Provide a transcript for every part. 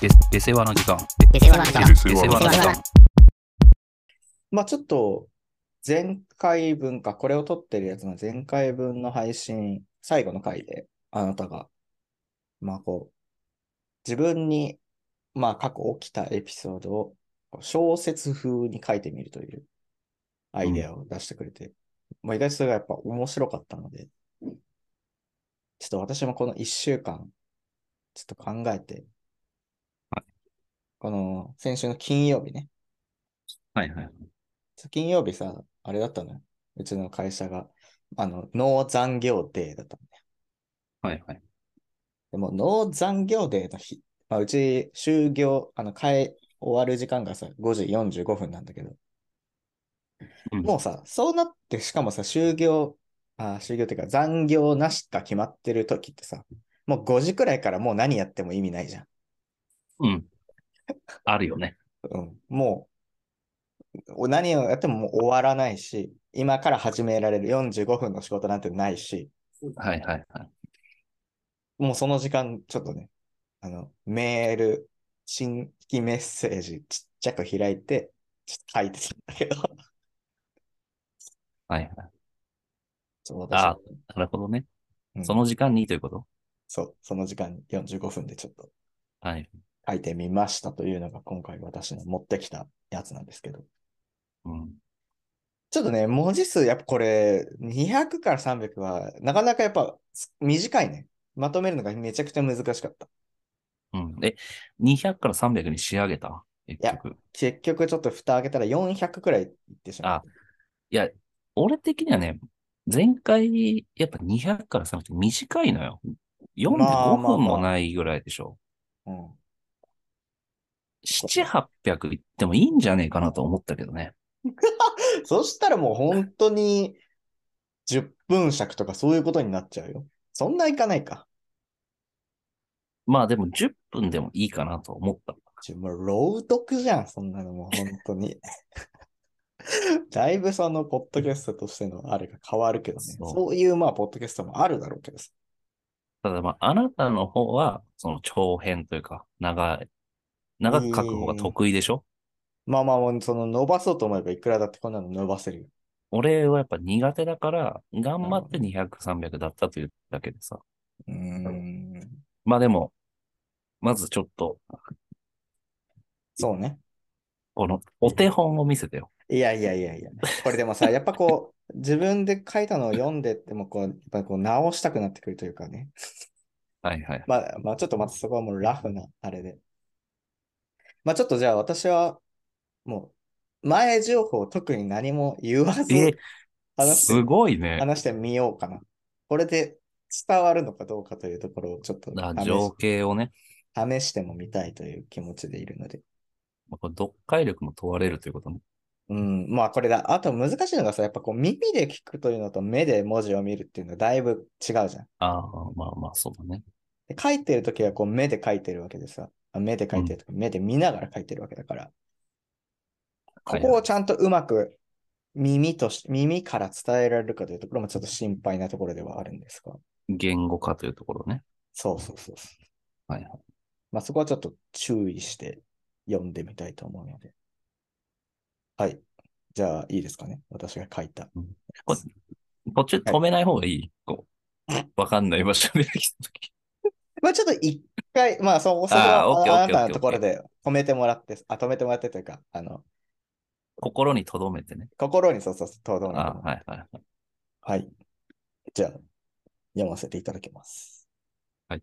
で、で世話の時間。出世話の時間。で世話の時間。まあちょっと、前回分か、これを撮ってるやつの前回分の配信、最後の回で、あなたが、まあこう、自分に、まあ過去起きたエピソードを小説風に書いてみるというアイデアを出してくれて、まあ意外とそれがやっぱ面白かったので、ちょっと私もこの一週間、ちょっと考えて、はいこの先週の金曜日ね、はいはい。金曜日さ、あれだったのよ。うちの会社が、あの、ノー残業デーだったのはね。いはい。でも、ノー残業デーの日、まあ、うち、就業、あの、帰、終わる時間がさ、5時45分なんだけど、うんもうさ、そうなって、しかもさ、就業、あー、就業っていうか、残業なしか決まってる時ってさ、もう5時くらいからもう何やっても意味ないじゃん。うん。あるよね。うん、もう、お何をやってももう終わらないし、今から始められる45分の仕事なんてないし、はいはいはい。もうその時間、ちょっとね、あの、メール、新規メッセージちっちゃく開いて、ちょっと書いてたんだけど、 はいはい。そうあ私、なるほどねう。んその時間にということそう、その時間に45分でちょっとはい。書いてみましたというのが今回私の持ってきたやつなんですけど、うん。ちょっとね、文字数、やっぱこれ、200から300は、なかなかやっぱす短いね。まとめるのがめちゃくちゃ難しかった。うん。え、200から300に仕上げた結局。結局ちょっと蓋開けたら400くらいいってしまう。いや、俺的にはね、前回、やっぱ200から300って短いのよ。45分もないぐらいでしょ。うん、 7、800いってもいいんじゃねえかなと思ったけどね。そしたらもう本当に10分尺とかそういうことになっちゃうよ。そんないかないか。まあでも10分でもいいかなと思った。ちょもう朗読じゃん、そんなのもう本当に。 だいぶそのポッドキャストとしてのあれが変わるけどね。そうそういうまあポッドキャストもあるだろうけどさ。ただまあ、あなたの方は、その長編というか、長い、長く書く方が得意でしょ、まあまあ、もうその伸ばそうと思えばいくらだってこんなの伸ばせるよ。俺はやっぱ苦手だから、頑張って200、300だったというだけでさ。うーん。まあでも、まずちょっと、そうね。このお手本を見せてよ。いやいやいやいや。これでもさ、やっぱこう、自分で書いたのを読んでってもこう、やっぱこう直したくなってくるというかね。はいはい。まあ、まあ、ちょっとまたそこはもうラフな、あれで。まあ、ちょっとじゃあ私は、もう、前情報を特に何も言わずえ、話しすて、ごいね。話してみようかな。これで伝わるのかどうかというところをちょっとあ試し情景をね、試してもみたいという気持ちでいるので。まあこれ読解力も問われるということね。うん、まあこれだ。あと難しいのがさ、やっぱこう耳で聞くというのと目で文字を見るっていうのはだいぶ違うじゃん。ああ、まあまあ、そうだね。で書いてるときはこう目で書いてるわけでさ、あ目で書いてるとか、目で見ながら書いてるわけだから、ここをちゃんとうまく耳とし、耳から伝えられるかというところもちょっと心配なところではあるんですが、言語化というところね。そうそうそうそう。はいはい。まあそこはちょっと注意して読んでみたいと思うので。はい。じゃあいいですかね。私が書いた。途中止めない方がいい。こう、わかんない場所出てきたとき。まあちょっと一回、まあそう、そこあーオッケーはあオッなケーたのところで止めてもらって、あ、止めてもらってというか、あの、心に留めてね。心にそうそう、とどめてもらあってあ、はいはい。はい。じゃあ、読ませていただきます。はい。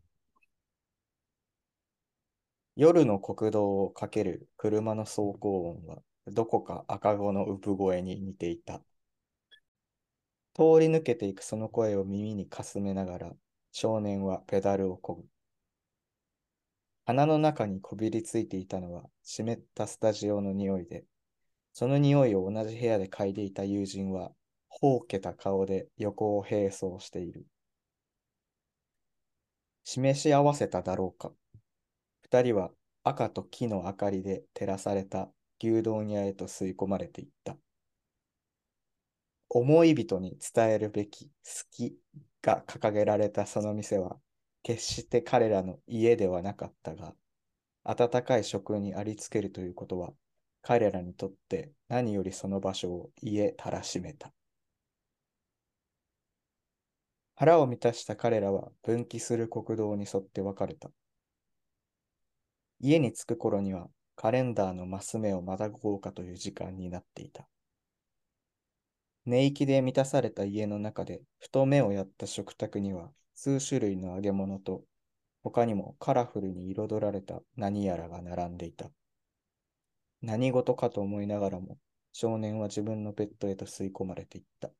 夜の国道をかける車の走行音は、どこか赤子の産声に似ていた。通り抜けていくその声を耳にかすめながら、少年はペダルをこぐ。鼻の中にこびりついていたのは湿ったスタジオの匂いで、その匂いを同じ部屋で嗅いでいた友人はほうけた顔で横を並走している。示し合わせただろうか。二人は赤と木の明かりで照らされた牛丼屋へと吸い込まれていった。思い人に伝えるべき好きが掲げられたその店は、決して彼らの家ではなかったが、温かい食にありつけるということは、彼らにとって何よりその場所を家たらしめた。腹を満たした彼らは分岐する国道に沿って別れた。家に着く頃にはカレンダーのマス目をまたごうかという時間になっていた。寝息で満たされた家の中で、ふと目をやった食卓には、数種類の揚げ物と、他にもカラフルに彩られた何やらが並んでいた。何事かと思いながらも、少年は自分のベッドへと吸い込まれていった。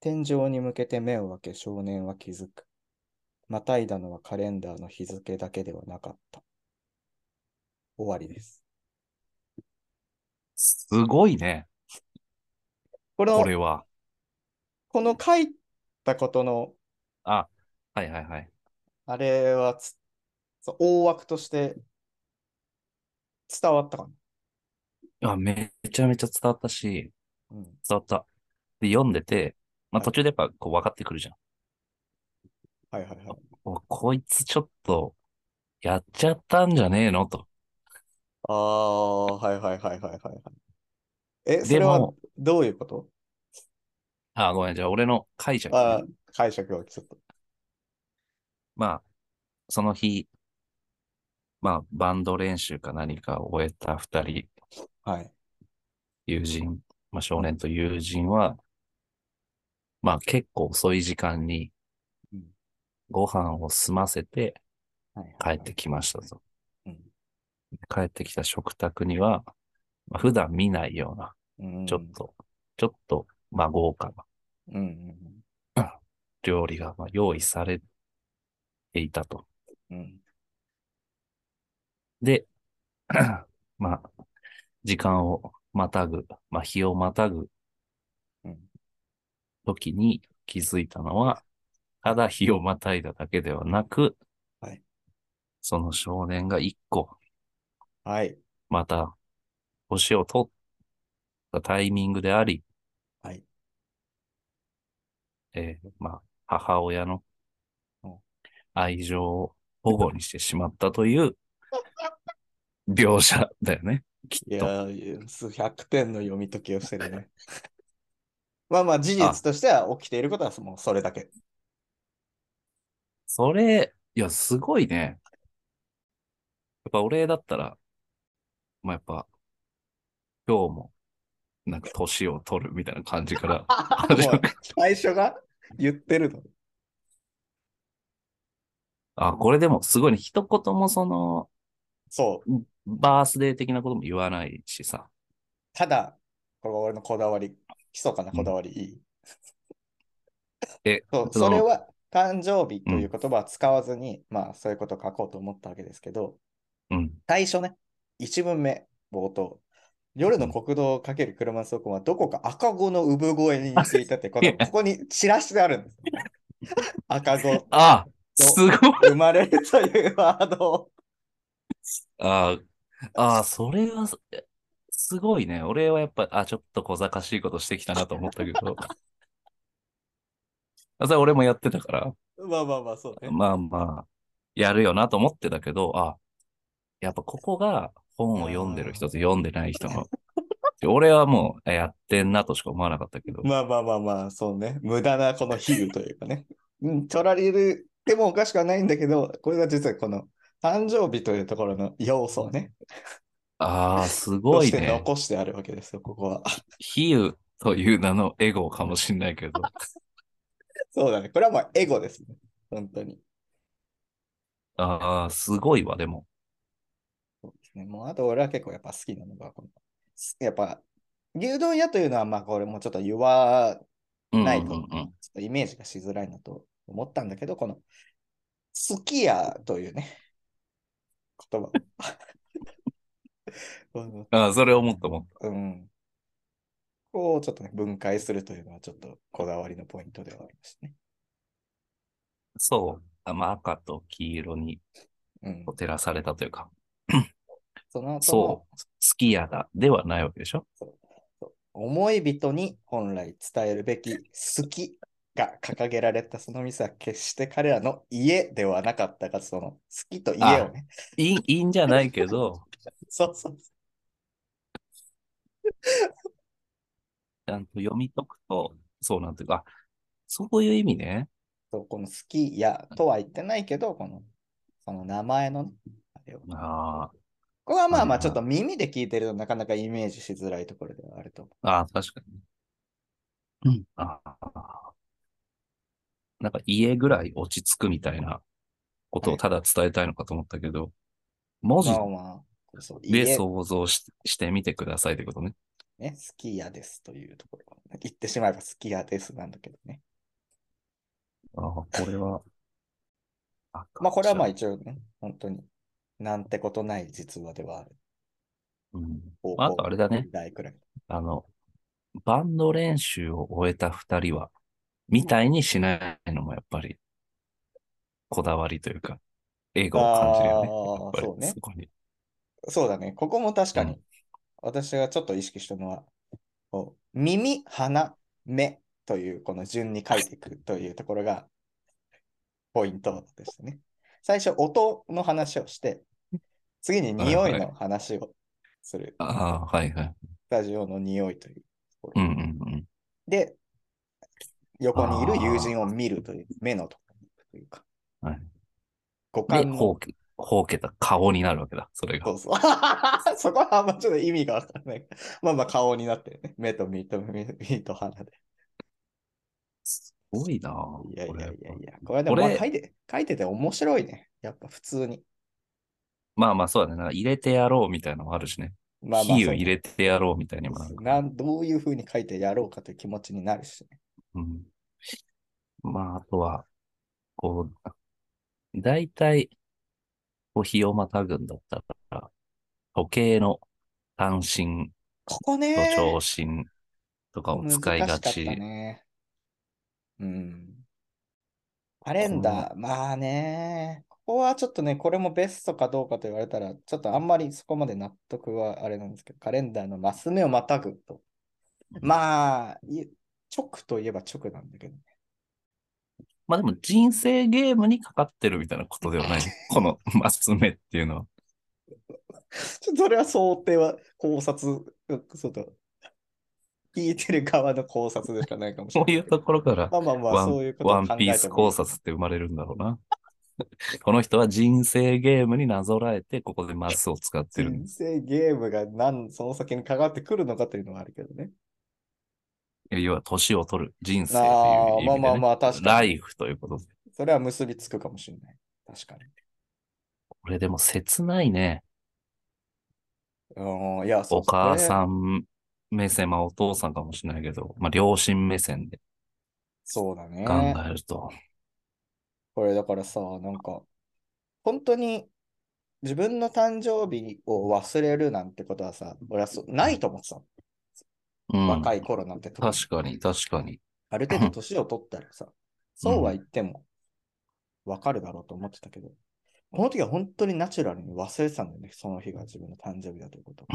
天井に向けて目を開け少年は気づく。またいだのはカレンダーの日付だけではなかった。終わりです。すごいね。このこれは。この書いたことの、あ、はいはいはい。あれはつ、そう大枠として伝わったかいや、めちゃめちゃ伝わったし、な。うん。伝わった。で、読んでて、まあ、はい途中でやっぱこう分かってくるじゃん。はいはいはい。おこいつちょっと、やっちゃったんじゃねえのと。ああ、はいはいはいはいはいはい。え、そでれはも、どういうことあ、ごめん、じゃあ俺の解釈ね、あー解釈をちょっと。まあ、その日、まあ、バンド練習か何かを終えた二人、はい。友人、まあ、少年と友人は、まあ、結構遅い時間にうんご飯を済ませてはい帰はいってきましたと。はい帰ってきた食卓には、まあ、普段見ないような、うん。うんちょっ。と、ちょっと、まあ、豪華なうんうん料理がまあ用意されていたと。うん。うん。で、 まあ、時間をまたぐ、まあ、日をまたぐうん時に気づいたのは、ただ日をまたいだだけではなく、はいその少年が一個、はい。また、年を取ったタイミングであり、はい。えーまあ、母親のうん愛情を保護にしてしまったという描写だよね。きいっと。やー、す100点の読み解きをして るね。まあまあ、事実としては起きていることはもうそれだけ。それ、いや、すごいね。やっぱ俺だったら、まあ、やっぱ、今日も、なんか年を取るみたいな感じから始 もまうる。最初が言ってるの。あ、これでもすごいね。一言もその、そう。バースデー的なことも言わないしさ。ただ、これは俺のこだわり、密かなこだわりいい。え、そうそのそれは誕生日という言葉は使わずに、まあそういうことを書こうと思ったわけですけど、うん。最初ね、1文目、冒頭。夜の国道をかける車の走行はどこか赤子の産声に似ていたってこと、ここにチラシであるんです。赤子、あすごい生まれるというワードを。ああ、それはす、すごいね。俺はやっぱ、あ、ちょっと小賢しいことしてきたなと思ったけど。あそれ俺もやってたから。まあまあまあ、そうね。まあまあ、やるよなと思ってたけど、あ、やっぱここが本を読んでる人と読んでない人の。で俺はもうあやってんなとしか思わなかったけど。まあまあまあまあ、そうね。無駄なこの比喩というかね。うん、取られるでもおかしくはないんだけど、これが実はこの誕生日というところの要素をね、ああ、すとごいしてね。残してあるわけですよ、ここは。 比喩という名のエゴかもしんないけど。そうだね。これはまあエゴですね。本当に。ああ、すごいわ、でも。そうですね。もうあと俺は結構やっぱ好きなのが、この、すやっぱ牛丼屋というのはまあこれもちょっと言わうんうんないうんと、うちょんっとイメージがしづらいなと思ったんだけど、この、好きやというね、言葉を。 こああ、それ思った思った。のうん。こうちょっとね、分解するというのはちょっとこだわりのポイントではありますね。そう。あまあ、赤と黄色にうん。照らされたというか、その後のそう、好きやだではないわけでしょ思い人に本来伝えるべき好きが掲げられたその店は決して彼らの家ではなかったが、その好きと家をね。いい、いいんじゃないけど、 そうそう。ちゃんと読み解くと、そうなんていうか、あそういう意味ね。そうこの好きやとは言ってないけど、この、その名前のね、あれを。あこれはまあまあはいはいちょっと耳で聞いてるとなかなかイメージしづらいところではあると思あ、ああ確かに。うん。ああ。なんか家ぐらい落ち着くみたいなことをただ伝えたいのかと思ったけど、文う。字まあまあ、そう、で家想像ししてみてくださいってことね。ね、好きやですというところ。言ってしまえば好きやですなんだけどね。ああ、これは。まあこれはまあい。一応ね、本当に、なんてことない実話ではある。うん高あとあれだね高大くらい。あの、バンド練習を終えた二人は、みたいにしないのもやっぱり、こだわりというか、エゴを感じるよね。あーやっぱりそうねそこに。そうだね。ここも確かに、うん私がちょっと意識したのは、こう耳、鼻、目というこの順に書いていくというところがポイントでしたね。最初、音の話をして、次に匂いの話をする。ああ、はいはい。スタジオの匂いというとこうろ。んうんうん。で、横にいる友人を見るという、目のところに行くというか、はい五で、感ほのうけ、ほうけた顔になるわけだ、それが。そうそう。 そこはあんまちょっと意味がわかんない。 まあまあ顔になってるね。目と耳と耳耳と鼻で。すごいなぁいやいやいやいこれや。これでもまあ俺書いて、書いてて面白いね。やっぱ普通に。まあまあそうだね。なんか入れてやろうみたいなのもあるしね。まあまあ比そう喩入れてやろうみたいにもなるから。なんどういうふうに書いてやろうかという気持ちになるし、ね。うん。まあ、あとは、こう、大体、こう、日をまたぐんだったら、時計の単身こことね。長身とかを使いが難しち。かったね。うん。カレンダー、まあね。ここはちょっとね、これもベストかどうかと言われたら、ちょっとあんまりそこまで納得はあれなんですけど、カレンダーのマス目をまたぐと。まあ、い直といえば直なんだけどね。 まあでも人生ゲームにかかってるみたいなことでは ない。このマス目っていうのは。ちょっとそれは想定は考察、そうだ。聞いてる側の考察でしかないかもしれこなうい。いうところからまあまあまあ、ワンそういうことをワ考ンえてピもーいいス考察って生まれるんだろうな。この人は人生ゲームになぞらえて、ここでマスを使ってるん人です。生ゲームが何その先にかかってくるのかというのはあるけどね。え要は、年を取る人生とあいあ、う意味まあで、ね。まあまあ、確かラに。イフということで。それは結びつくかもしれない。確かに。これでも切ないね。うん、いや、そうおそう母これさん目線、まあお父さんかもしれないけど、まあ両親目線でそうだ考ね。えると。これだからさ、なんか、本当に自分の誕生日を忘れるなんてことはさ、俺はそないと思ってたの。うん。若い頃なんて特に確かに、確かに。ある程度年を取ったらさ、そうは言ってもわかるだろうと思ってたけど、この時は本当にナチュラルに忘れてたんだよね、その日が自分の誕生日だということを。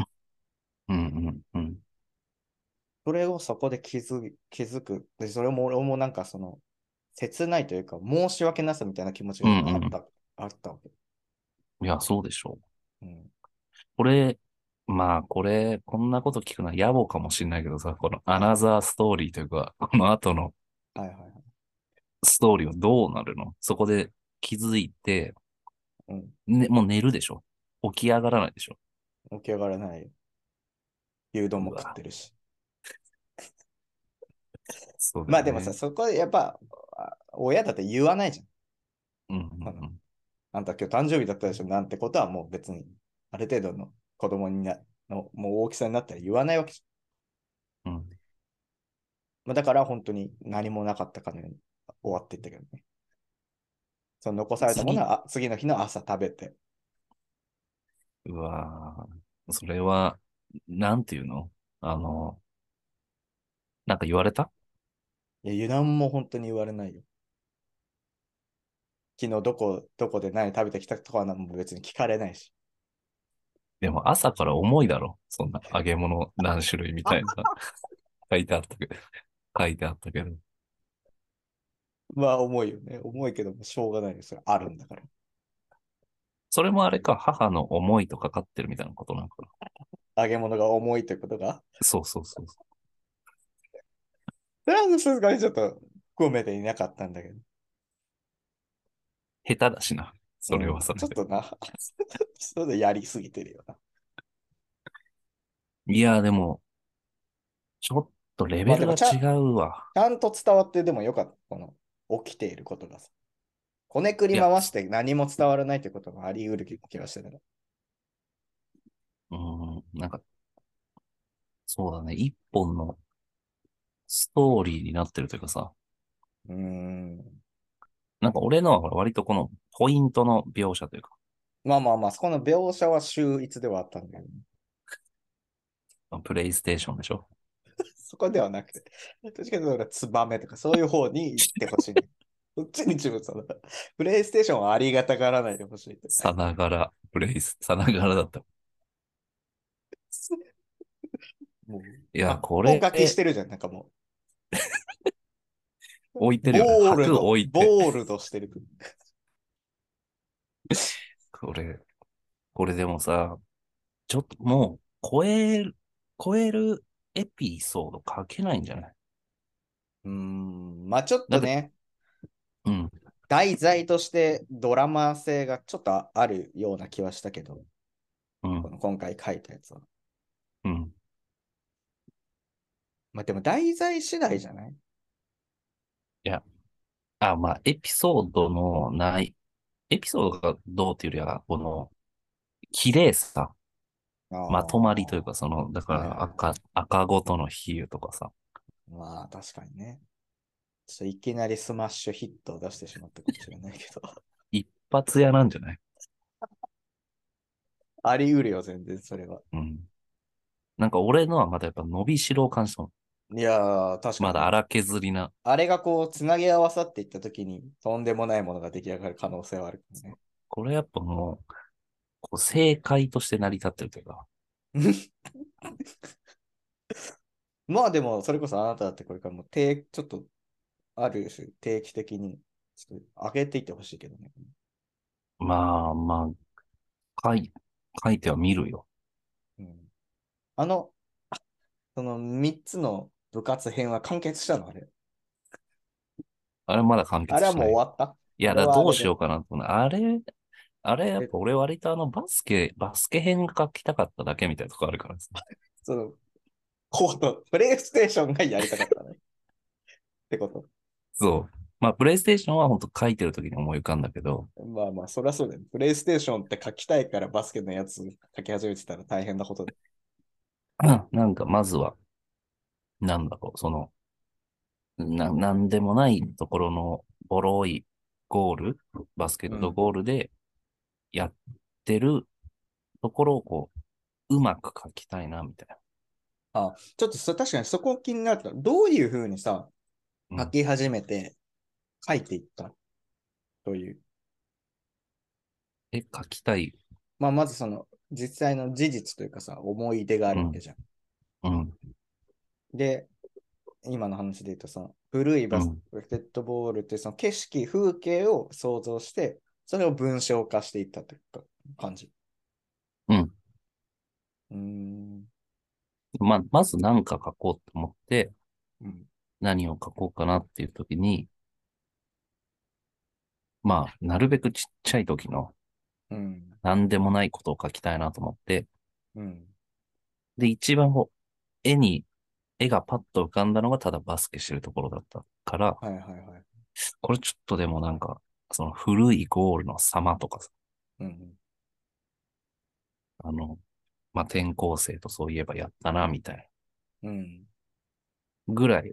うんうんうん。それをそこで気づ気づく。で、それも俺もなんかその、切ないというか、申し訳なさみたいな気持ちがあった、うんうんあったわけ。いや、そうでしょう。うん、これ、まあ、これ、こんなこと聞くのは野暮かもしれないけどさ、このアナザーストーリーというか、この後のはいはいはい。ストーリーはどうなるのそこで気づいて、うん。ね、もう寝るでしょ起き上がらないでしょ起き上がらないよ。牛丼も食ってるし。そうだまあよねでもさ、、そこでやっぱ、あ親だって言わないじゃん。うんうんあんた今日誕生日だったでしょなんてことはもう別に、ある程度の子供になのもう大きさになったら言わないわけじうん、うん。ゃん。まあ、だから本当に何もなかったかのように終わっていったけどね。その残されたものはあ次の日の朝食べて。うわぁ、それは、なんていうのあの、なんか言われたいや、油断も本当に言われないよ。昨日どこ、どこで何食べてきたとかはもう別に聞かれないし。でも朝から重いだろ。そんな揚げ物何種類みたいな。書いてあったけど。書いてあったけど。まあ、重いよね。重いけど、しょうがないよ。それあるんだから。それもあれか、母の思いとかかってるみたいなことなんかな。揚げ物が重いということが。そうそうそうそそれはさすがにちょっと、ごめでいなかったんだけど。う。下手だしな。それはそれうんちでょっ。とな、 ちょっとやりすぎてるよな。いやーでも、ちょっとレベルがまあでもち違うわ。ちゃんと伝わって、でもよかった。この、起きていることがさ。こねくり回して何も伝わらないということがあり得る気がしてるの。うーん、なんか、そうだね。一本のストーリーになってるというかさ、うーん。なんか俺のは割とこのポイントの描写というか、まあまあまあ、そこの描写は秀逸ではあったんだけど、プレイステーションでしょそこではなくて、確かにそれはツバメとかそういう方に行ってほしい、 ね。そっちに自分その、プレイステーションはありがたがらないでほしい。さながら、プレイス、さながらだった。もういや、あこれ、本書きしてるじゃん、なんかも。置いうてるよね。ボール白ド、置いて。ボールドしてる。これ、これでもさ、ちょっともう、超える、超えるエピソード書けないんじゃないうーん、まあちょっとね、うん。題材としてドラマ性がちょっとあるような気はしたけど、うんこ。の今回書いたやつは。うん。まあでも題材次第じゃないあ、まあ、エピソードのない、エピソードがどうっていうよりは、この、綺麗さ、まとまりというか。か、その、だかはいはいら赤、赤ごとの比喩とかさ、まあ確かにね。ちょっといきなりスマッシュヒットを出してしまったかもしれないけど。 一発屋なんじゃないあり得るよ、全然それは。うん。なんか俺のはまだやっぱ伸びしろを感じたもんいやー、確かに。まだ荒削りな。あれがこう、つなぎ合わさっていったときに、とんでもないものが出来上がる可能性はあるからね。これやっぱもう、こう正解として成り立ってるというか、まあでも、それこそあなただってこれからもう定、ちょっと、ある種定期的に、ちょっと上げていってほしいけどね。まあまあ、書い、書いては見るよ。うん、あの、あその3つの部活編は完結したのあれ。あれまだ完結あれはしもうない終。わったいや、これだはからどあうれでしようかなと思うな。あれ、あれ、やっぱ俺割とあのバスケ、バスケ編が書きたかっただけみたいなとこあるからさ。 その、コート、プレイステーションがやりたかったね。ってこと。そう。まあ、プレイステーションは本当書いてる時に思い浮かんだけど、 まあまあ、そりゃそうだよ、ね。プレイステーションって書きたいからバスケのやつ書き始めてたら大変なことで。なんかまずは、なんだろう、その、な、なんでもないところのボロいゴール、バスケットゴールでやってるところをこう、うまく書きたいな、みたいあ、ちょっとそ確かにそこ気になった。どういうふうにさ、うん書き始めて書いていった、という。な。え、書きたい。まあ、まずその、実際の事実というかさ、思い出があるわけじゃん。うん、で、今の話で言うとさ、古いバスケットボールってその景色、風景を想像して、それを文章化していったというか感じ。うん。うーん。まあ、まず何か書こうと思って、うん。何を書こうかなっていう時に、まあ、なるべくちっちゃい時のうん。何でもないことを書きたいなと思って、うん。で、一番こう絵に、絵がパッと浮かんだのがただバスケしてるところだったから、はいはいはい。これちょっとでもなんか、その古いゴールの様とかさ、うん。あの、まあ、転校生とそういえばやったな、みたいなうん。ぐらい、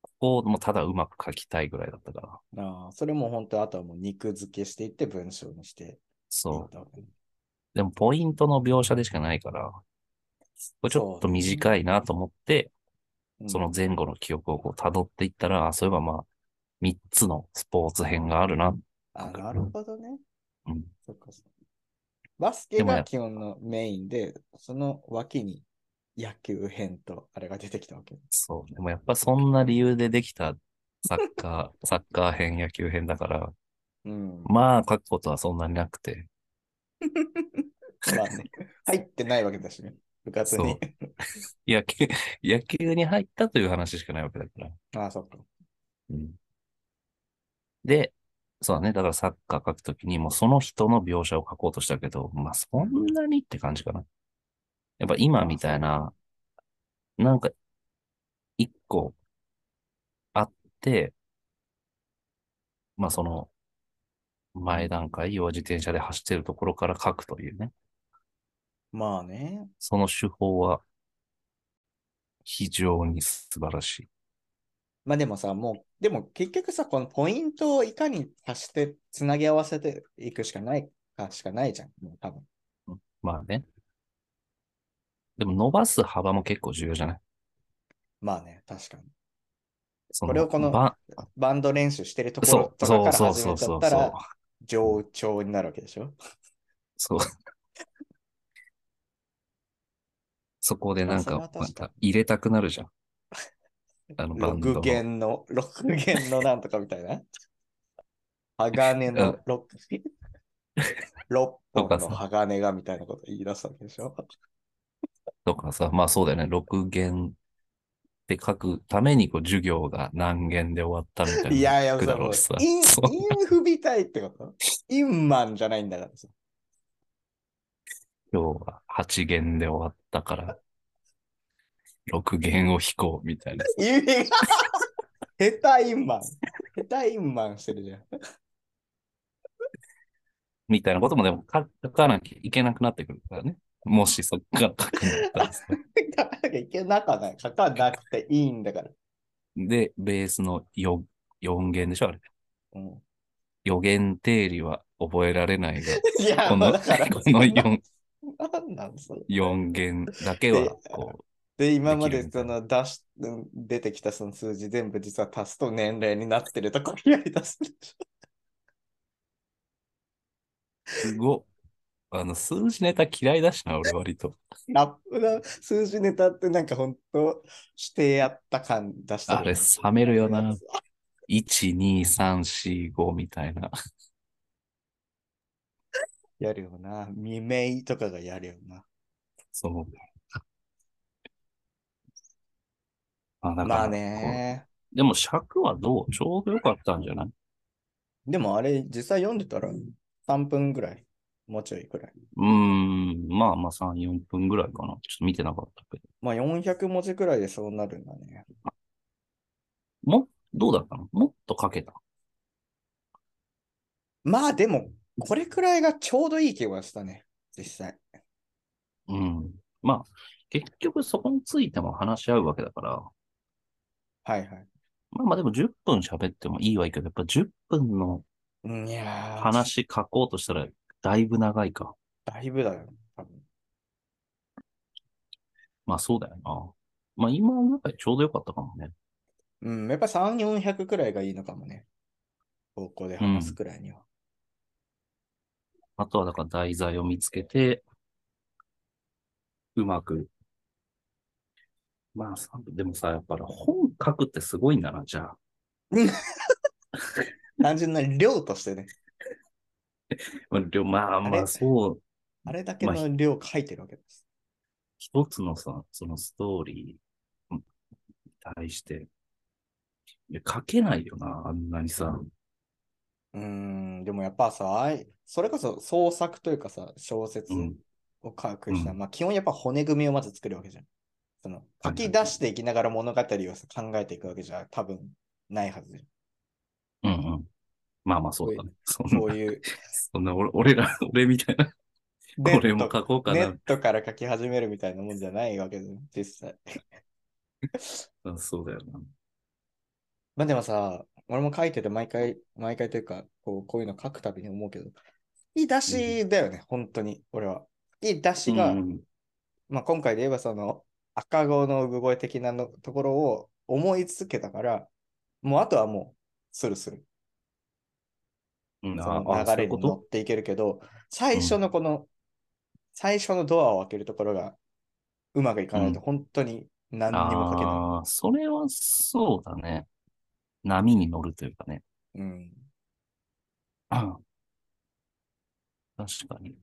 ここもただうまく書きたいぐらいだったから、ああ、それも本当、あとはもう肉付けしていって文章にしていっそう。たわけね。でも、ポイントの描写でしかないから、これちょっと短いなと思って、うんその前後の記憶をこう辿っていったら、あそういえばまあ、3つのスポーツ編があるな。あ、なるほどね。うんそっかそっかバスケでもやが基本のメインで、その脇に野球編とあれが出てきたわけ。そう。でもやっぱそんな理由でできたサッカー、サッカー編、野球編だから、うん。ままあ書くことはそんなになくて、あ ね、入ってないわけだしね。部活そうに。野球、 野球に入ったという話しかないわけだから。ああ、そっか。うんで、そうだね。だからサッカー書くときに、もうその人の描写を書こうとしたけど、まあそんなにって感じかな。やっぱ今みたいな、なんか、一個あって、まあその、前段階、要は自転車で走ってるところから書くというね。まあね。その手法は、非常に素晴らしい。まあでもさ、もう、でも結局さ、このポイントをいかに足して、つなぎ合わせていくしかないか、しかないじゃん。もう多分。まあね。でも伸ばす幅も結構重要じゃないまあね、確かに。そこれをこのばバンド練習してるところそとう、そうかからそう始そめうちゃそっうたそうら、。上調になるわけでしょそう。 そこでなんかまあ、それまは確かにた入れたくなる じゃん。あのバンド6の。弦の、6弦のなんとかみたいな。鋼うのん六六と本かのさ鋼がみたいなこと言い出すわけでしょとかさ、まあそうだよね。6弦って書くためにこう授業が何弦で終わったみたいな。いやいや、くそだうもろううしさ。イン、イそうンフみたいってことインマンじゃないんだからさ。今日は8弦で終わったから、6弦を弾こうみたいな。意味が下手インマン。下手インマンしてるじゃん。みたいなこともでも書書かなきゃいけなくなってくるからね。もしそっから書くんだったらさ。書かなきゃいけなかない。書かなくていいんだから。で、ベースの 4, 4弦でしょあれ。うん、 4弦定理は覚えられないが、いや、こもうの、だこから、の 4, なんなんそれ。 4弦だけは、こで、今まできるでみたいその出し、うん出てきたその数字全部実は足すと年齢になってるところやり出すでしょ。う、すごっ、あの、数字ネタ嫌いだしな、俺割と。ラップの数字ネタってなんか本当してやった感出してあれ、る。冷めるよな。や1、2、3、4、5みたいな。やるよな。未明とかがやるよな。そう。あ、だからまあこね。うでも尺はどうちょうどよかったんじゃないでもあれ実際読んでたら3分ぐらい。もうちょいくらい。うーん、まあまあ3、4分ぐらいかな。ちょっと見てなかったけど。まあ400文字くらいでそうなるんだね。も、どうだったのもっとかけた。まあでも、これくらいがちょうどいい気がしたね。実際。うん。まあ、結局そこについても話し合うわけだから、はいはい。まあまあでも10分喋ってもいいわいいけど、やっぱ10分のうんいやー話書こうとしたらだいぶ長いか。だいぶだよ、多分。まあそうだよな。まあ今の中でちょうどよかったかもね。うん、やっぱ3、400くらいがいいのかもね。高校で話すくらいには。あとはだから題材を見つけて、うまく。まあさでもさ、やっぱり本書くってすごいんだな、じゃあ。単純な量としてね、まありょまああまれあそう、あれだけまあの量書いてるわけです。一つのさ、そのストーリーに対して、いや書けないよな、あんなにさ。うーん、でもやっぱさ、あいそれこそ創作というかさ、小説うん。を書く人は、うまあ基本やっぱ骨組みをまず作るわけじゃん。そのは書いき出していきながら物語をさ考えていくわけじゃ多分ないはずじゃん。うんうん。まあまあそうだね。そんな、そういうそんな俺俺ら、 俺みたいな、ネ これもット書こうかネなッ。トから書き始めるみたいなもんじゃないわけじゃん、実際。うんそうだよな。まあでもさ、俺も書いてて毎回、毎回というか、こうこういうの書くたびに思うけど、書き出しだよね、本当に、俺は。書き出しが、うんまあ今回で言えばその赤子の産声的なのところを思い続けたから、もうあとはもう、するする。うん、そあのあ、そう流いれうこに乗とっていけるけど、最初のこの、最初のドアを開けるところがうまくいかないと、う本当に何にも書けない。ああ、それはそうだね。波に乗るというかね。うん。確かに。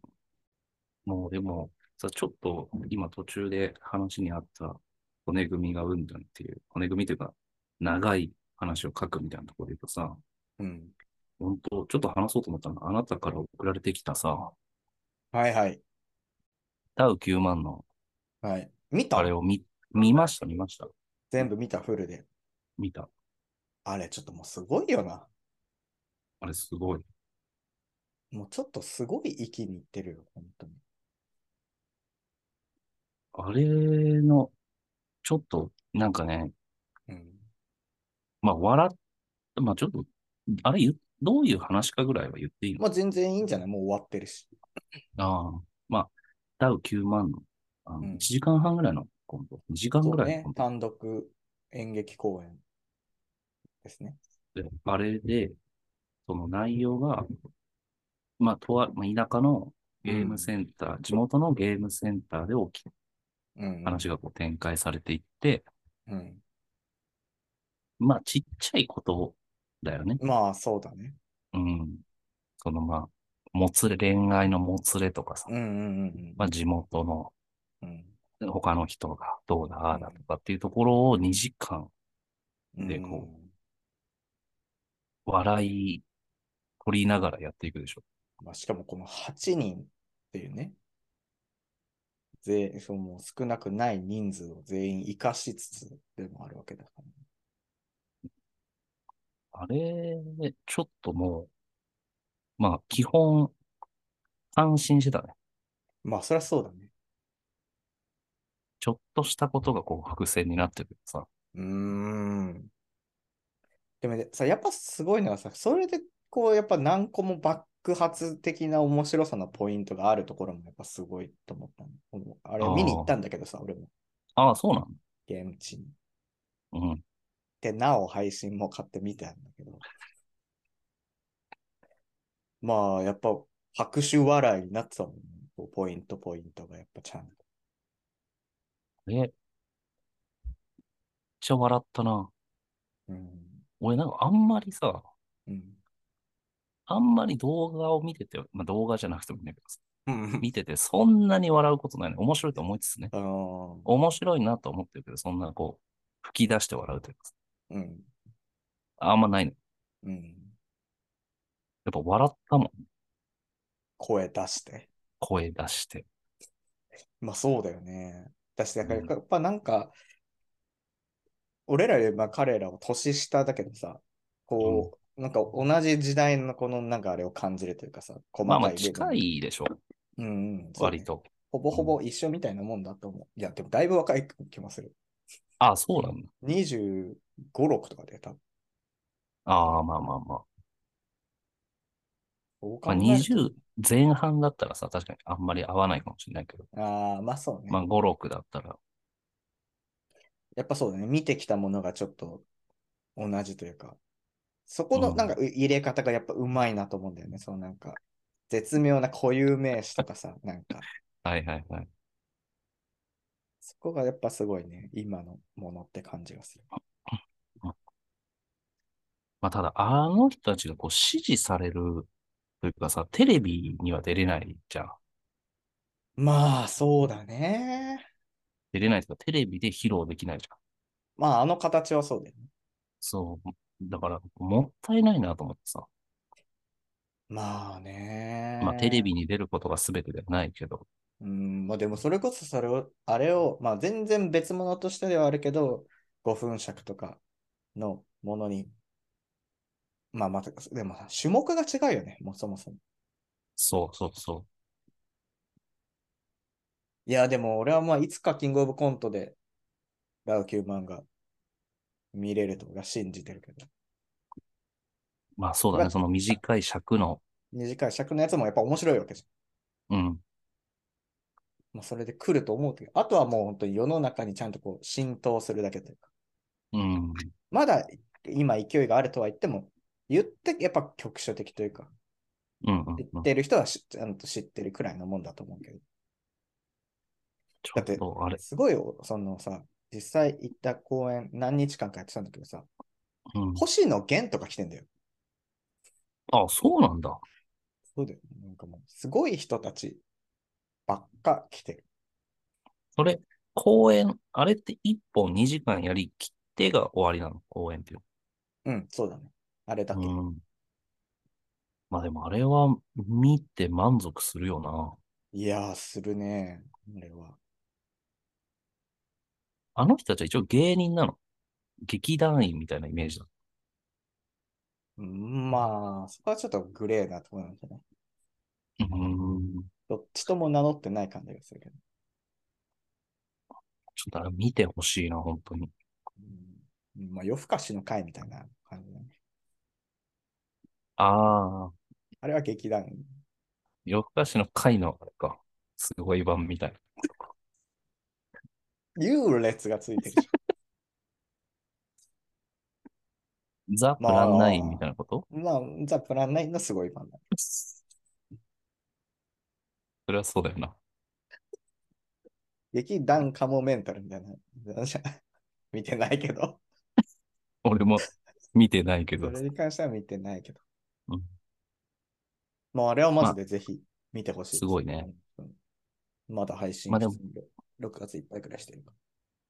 もうでも、さ、ちょっと今途中で話にあった骨組みがうんぬんっていう、骨組みというか、長い話を書くみたいなところで言うとさ、うん。本当ちょっと話そうと思ったのが、あなたから送られてきたさ、はいはい。ダウ9万のはい。見たあれを見、見ました、見ました、全部見た、フルで。見た。あれ、ちょっともうすごいよな。あれすごい。もうちょっとすごい域にいってるよ、本当に。あれの、ちょっと、なんかね、うん。まあ笑っ、まあちょっと、あれ言う、どういう話かぐらいは言っていいのまあ全然いいんじゃないもう終わってるし。ああ、まあ、ダウ9万の、あの、うん1時間半ぐらいのコント、2時間そぐうらいのねコン。ト単独演劇公演ですね。で、あれで、その内容が、まあ、とあ、まあ、田舎のゲームセンター、地元のゲームセンターで起き、うん。話がこう展開されていって、うん。まあ、ちっちゃいことだよね。まあそうだね。うん。その、まあ、もつれ、恋愛のもつれとかさ、うんうんうんまあ、地元のうん。うん他の人がどうだ、ああだとかっていうところを2時間でこ笑い取りながらやっていくでしょ。まあ、しかもこの8人っていうね、ぜその少なくない人数を全員生かしつつでもあるわけだから、あれ、ちょっともう、まあ、基本、安心してたね。まあそりゃそうだね。ちょっとしたことがこう、伏線になってるけどさ。うーん。でもねさ、やっぱすごいのはさ、それでこう、やっぱ何個も爆発的な面白さのポイントがあるところもやっぱすごいと思ったの思うあれあー見に行ったんだけどさ、俺もああ、そうなゲーム地に。のうん。で、なお配信も買ってみたんだけど。 まあ、やっぱ、拍手笑いになってたもんね。こうポイント、ポイントがやっぱちゃんと。え、めっちゃ笑ったな。うん。俺なんかあんまりさ、うん。あんまり動画を見てて、まあ動画じゃなくてもいいんだけどさ、うん見ててそんなに笑うことないね。面白いと思いつつね。あのー面白いなと思ってるけど、そんなこう、吹き出して笑うというかさ、うん。あんまないの。うん。やっぱ笑ったもん。声出して。声出して。まあ、そうだよね。だし、だからうんやっぱなんか、俺らよりまあ彼らは年下だけどさ、こう、なんか同じ時代のこのなんかあれを感じるというかさ、細まあまあかい部分。近いでしょ、うんうん、そうね割と。ほぼほぼ一緒みたいなもんだと思う。いや、でもだいぶ若い気もする。ああ、そうなんだ。 25、6とかで多分。ああ、まあまあまあ。そうま考あ、えると20前半だったらさ、確かにあんまり合わないかもしれないけど、ああ、まあそうね、まあ5、6だったら、やっぱそうだね。見てきたものがちょっと同じというか、そこのうんなんかう入れ方がやっぱうまいなと思うんだよね。そのなんか、絶妙な固有名詞とかさ、 なんか、はいはいはい。そこがやっぱすごいね。今のものって感じがする。まあただ、あの人たちがこう支持されるというかさ、テレビには出れないじゃん。まあそうだね。出れないというか、テレビで披露できないじゃん。まああの形はそうだよね。そう。だから、もったいないなと思ってさ、まあね。まあテレビに出ることが全てではないけど、うん、まあでもそれこそそれを、あれを、まあ全然別物としてではあるけど、5分尺とかのものに、まあまた、でもさ種目が違うよね、もうそもそも。そうそうそいや、でも俺はまあいつかキングオブコントで、ラウ9万が見れると俺は信じてるけど、う。まあそうだまね、あその短い尺の、短い尺のやつもやっぱ面白いわけじうん、ゃん。まあそれで来ると思うけど、あとはもう本当に世の中にちゃんとこう浸透するだけというか、うん、まだ今勢いがあるとは言っても、言ってやっぱ局所的というか、うん、うん知うんっ。てる人はしちゃんと知ってるくらいのもんだと思うけど、ちょだっってと、あれ、すごいよ、そのさ、実際行った公演何日間かやってたんだけどさ、うん星野源とか来てんだよ。あ、そうなんだ。そうだよ。なんかもう、すごい人たちばっか来てる。それ、公演、あれって1本2時間やりきってが終わりなの、公演っていううん、そうだね。あれだの。け。うん。まあでもあれは見て満足するよな。いやー、するね。あれは。あの人たちは一応芸人なの。劇団員みたいなイメージだ。うんまあ、そこはちょっとグレーなところなんじゃないうん。どっちとも名乗ってない感じがするけど。ちょっとあれ見てほしいな、本当に。うん、まあ、夜更かしの会みたいな感じだね。ああ、あれは劇団。夜更かしの会のあれか。すごい版みたいな。優劣がつい てるじザ・プランナインみたいなことゃん。まあ、ザ・プランナインのすごい版だ。それはそうだよな。劇団カモメンタルみたいな。 じゃあ見てないけど。 俺も見てないけそど。れに関しては見てないけど。うんもうあれはマジでぜひ見てほしい、すごいね。うん。まだ配信まあでもしてるんで6月いっぱいくらいしてるか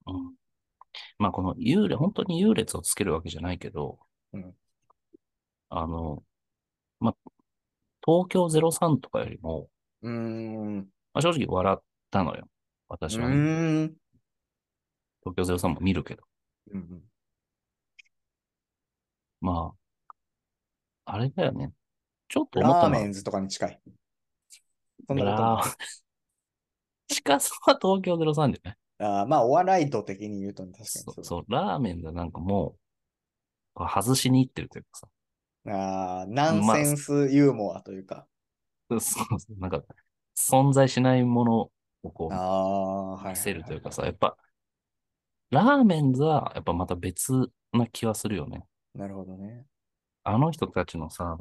ら。うんまあこの優劣、本当に優劣をつけるわけじゃないけど、うんあの、まあ、東京03とかよりも、うーん。うまあ、正直笑ったのよ。私はね、ーん。東京03も見るけど。うんまあ、あれだよね。ちょっと思っラたのーメはンズとかに近い。そんなことラない ー近さは東京03じゃないあーまあ、お笑い度的に言うと、確かにそそううそう、ラーメンがなんかもう、こう外しに行ってるというかさ。あーナンセンスユーモアというか。 そうそう、なんか、存在しないものをこう、ああ、はいはいはい。見せるというかさ、やっぱ、ラーメンズはやっぱまた別な気はするよね。なるほどね。あの人たちのさ、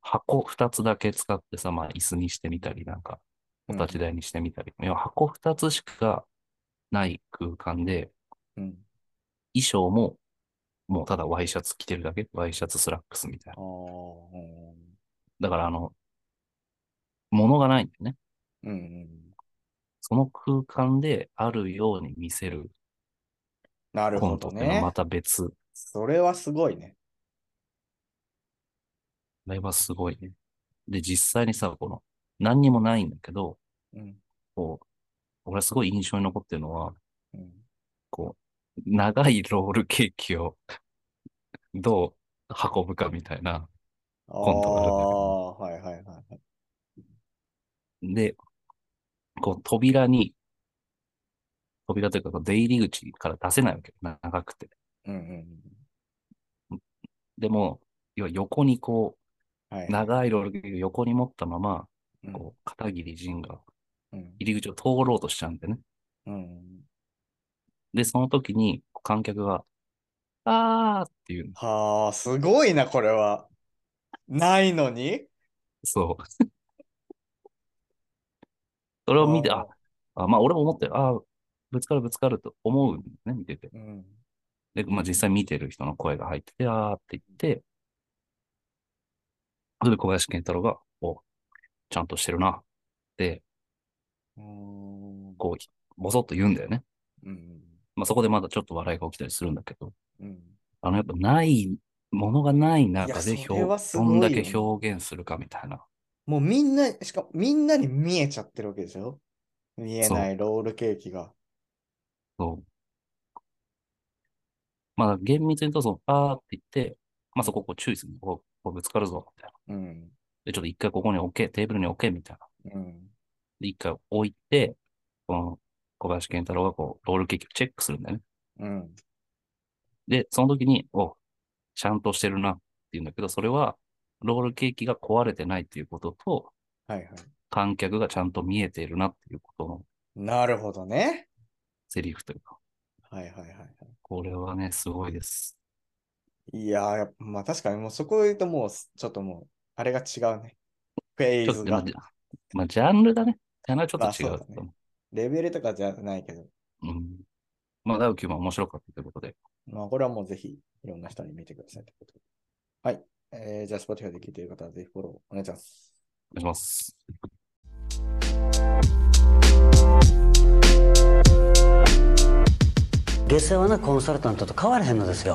箱二つだけ使ってさ、まあ椅子にしてみたり、なんか、お立ち台にしてみたり。要は箱二つしかない空間で、うん。衣装も、もうただワイシャツ着てるだけ、ワイシャツスラックスみたいあな。あ、うんだからあの、物がないんだよね。うんうん。その空間であるように見せるなるコほントどっていうのはねま。た別。それはすごいね。あれはすごいね。で、実際にさ、この、何にもないんだけど、うん。こう、俺すごい印象に残ってるのは、うん、こう、長いロールケーキを、 どう運ぶかみたいな。あントがあるんだけどあ、はいはいはいはい。で、こう、扉に、扉というか、こう出入り口から出せないわけ。な長くて。うんうんでも、要は横にこ、。うん。はいう長いロールケーキを横に持ったまま、うんこう、片桐仁がうん入り口を通ろうとしちゃうんだよね。うん。で、その時に観客が、あーっていうの。はあ、すごいな、これは。ないのにそう。 それを見て、あ、あまあ俺も思って、あーぶつかるぶつかると思うんだね、見てて。うん。で、まあ実際見てる人の声が入ってて、あーって言って、それで小林健太郎が、お、ちゃんとしてるな、って、うん。こう、ぼそっと言うんだよね。うん。まあそこでまだちょっと笑いが起きたりするんだけど、うん。あの、やっぱない、ものがない中でいやそれはすどごいんよだけ表現するかみたいな。もうみんな、しかもみんなに見えちゃってるわけでしょ見えないロールケーキが。そう。まあ、厳密に言うと、その、あーって言って、まあ、そこをこう注意する。こうこうぶつかるぞ、みたいな。うん。で、ちょっと一回ここに置け、テーブルに置け、みたいな。うん。で、一回置いて、この、小林健太郎がこう、ロールケーキをチェックするんだよね。うん。で、その時に、お、ちゃんとしてるな、って言うんだけど、それは、ロールケーキが壊れてないっていうことと、はいはい。観客がちゃんと見えているなっていうことのなるほどね。セリフというか、はいはいはいはこれはね、すごいです。い。いやー、やっぱまあ確かにもうそこ言うともう、ちょっともう、あれが違うね。フェちーょっズと、まあがじ。ゃまあ、ジャンルだね。ジャンルはちょっと違うと思う。レベルとかじゃないけど。うん。まあ、ダウキューも面白かったということで。まあこれはもうぜひいろんな人に見てくださいってこと。はい。えーじゃあ、Spotify で聞いている方はぜひフォローお願いします。お願いします。下世話なコンサルタントと変わらへんのですよ